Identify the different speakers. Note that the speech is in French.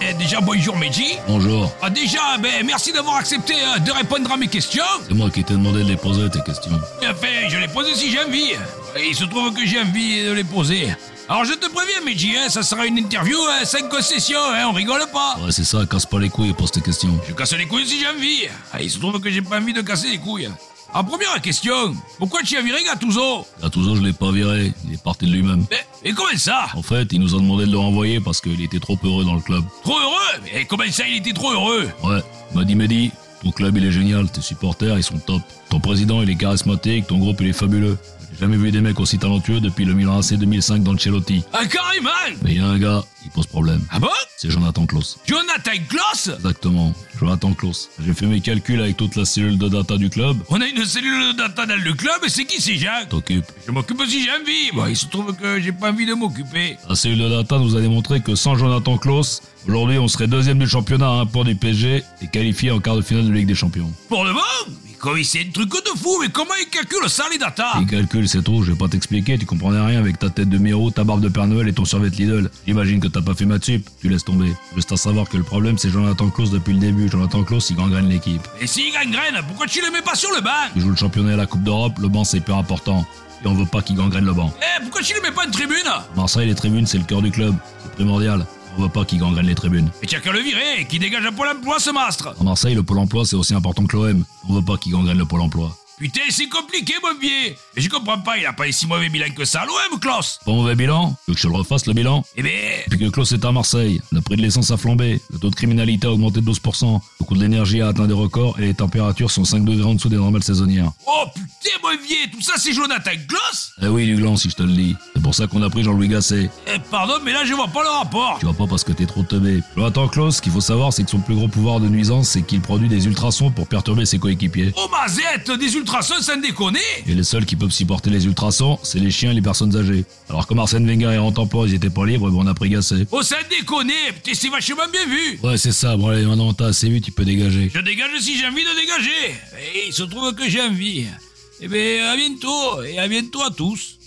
Speaker 1: Eh, déjà, bonjour Mehdi.
Speaker 2: Bonjour,
Speaker 1: Ah, déjà, ben, merci d'avoir accepté euh, de répondre à mes questions.
Speaker 2: c'est moi qui t'ai demandé de les poser tes questions.
Speaker 1: Bien fait, je les pose si j'ai envie. Et il se trouve que j'ai envie de les poser. Alors, je te préviens, Mehdi, hein, ça sera une interview hein, sans concession, hein, on rigole pas.
Speaker 2: Ouais, c'est ça, casse pas les couilles et pose tes questions.
Speaker 1: Je casse les couilles si j'ai envie. Ah, il se trouve que j'ai pas envie de casser les couilles. En première question, pourquoi tu as viré Gattuso
Speaker 2: Gattuso, je l'ai pas viré, il est parti de lui-même.
Speaker 1: Mais, mais comment ça
Speaker 2: En fait, il nous a demandé de le renvoyer parce qu'il était trop heureux dans le club.
Speaker 1: Trop heureux Mais comment ça, il était trop heureux
Speaker 2: Ouais, il m'a dit Mehdi, ton club il est génial, tes supporters ils sont top. Ton président il est charismatique, ton groupe il est fabuleux. J'ai jamais vu des mecs aussi talentueux depuis le Milan AC 2005 dans le Celotti.
Speaker 1: Ah, carrément
Speaker 2: Mais il y a un gars, il pose problème.
Speaker 1: Ah bon
Speaker 2: C'est Jonathan Klaus.
Speaker 1: Jonathan Kloss
Speaker 2: Exactement, Jonathan Klaus. J'ai fait mes calculs avec toute la cellule de data du club.
Speaker 1: On a une cellule de data dans le club, c'est qui ces gens
Speaker 2: T'occupes.
Speaker 1: Je m'occupe si j'ai envie. Bon, il se trouve que j'ai pas envie de m'occuper.
Speaker 2: La cellule de data nous a démontré que sans Jonathan Klaus, aujourd'hui on serait deuxième du championnat à un point du PSG et qualifié en quart de finale de Ligue des Champions.
Speaker 1: Pour le moment Mais comment c'est un truc de fou Mais comment ils calculent ça, les data
Speaker 2: Les calculs, c'est tout, je vais pas t'expliquer, tu comprenais rien avec ta tête de Miro, ta barbe de Père Noël et ton survêt Lidl. J'imagine que t'as pas fait maths sup, tu laisses tomber. Juste à savoir que le problème c'est Jonathan Klaus depuis le début, Jonathan Klaus il gangrène l'équipe.
Speaker 1: Et s'ils gangrènent, pourquoi tu les mets pas sur le banc
Speaker 2: Tu joues le championnat et la Coupe d'Europe, le banc c'est hyper important. Et on veut pas qu'il gangrène le banc.
Speaker 1: Eh, pourquoi tu les mets pas en tribune
Speaker 2: Marseille, les tribunes c'est le cœur du club, c'est primordial. On veut pas qu'il gangrène les tribunes.
Speaker 1: Mais tiens qu'à le virer, qui dégage un pôle emploi, ce mastre
Speaker 2: En Marseille, le pôle emploi c'est aussi important que l'OM. On veut pas qu'il gangrène le pôle emploi.
Speaker 1: Putain, c'est compliqué, mon vieux Mais je comprends pas, il a pas les si mauvais bilan que ça, l'OM, Kloss
Speaker 2: Pas mauvais bilan Tu veux que je le refasse le bilan
Speaker 1: Eh ben,
Speaker 2: Depuis que Klaus est à Marseille, le prix de l'essence a flambé, le taux de criminalité a augmenté de 12%, le coût de l'énergie a atteint des records et les températures sont 5 degrés en dessous des normales saisonnières.
Speaker 1: Oh putain, mon vieux, tout ça c'est Jonathan Gloss
Speaker 2: Eh oui, du gland, si je te le dis. C'est pour ça qu'on a pris Jean-Louis Gasset.
Speaker 1: Eh, pardon, mais là je vois pas le rapport.
Speaker 2: Tu vois pas parce que t'es trop teubé. Jonathan Klaus, ce qu'il faut savoir, c'est que son plus gros pouvoir de nuisance, c'est qu'il produit des ultrasons pour perturber ses coéquipiers.
Speaker 1: Oh mazette, des ultrasons sans déconner
Speaker 2: Et les seuls qui peuvent supporter les ultrasons, c'est les chiens et les personnes âgées. Alors comme Arsène Wenger est en temporaire, ils étaient pas libres, ben on a pris Gasset.
Speaker 1: Oh sans déconner, putain c'est vachement bien vu
Speaker 2: Ouais, c'est ça, bon allez, maintenant t'as assez vu, tu peux dégager.
Speaker 1: Je dégage si j'ai envie de dégager Et il se trouve que j'ai envie. Eh ben à bientôt, et à bientôt à tous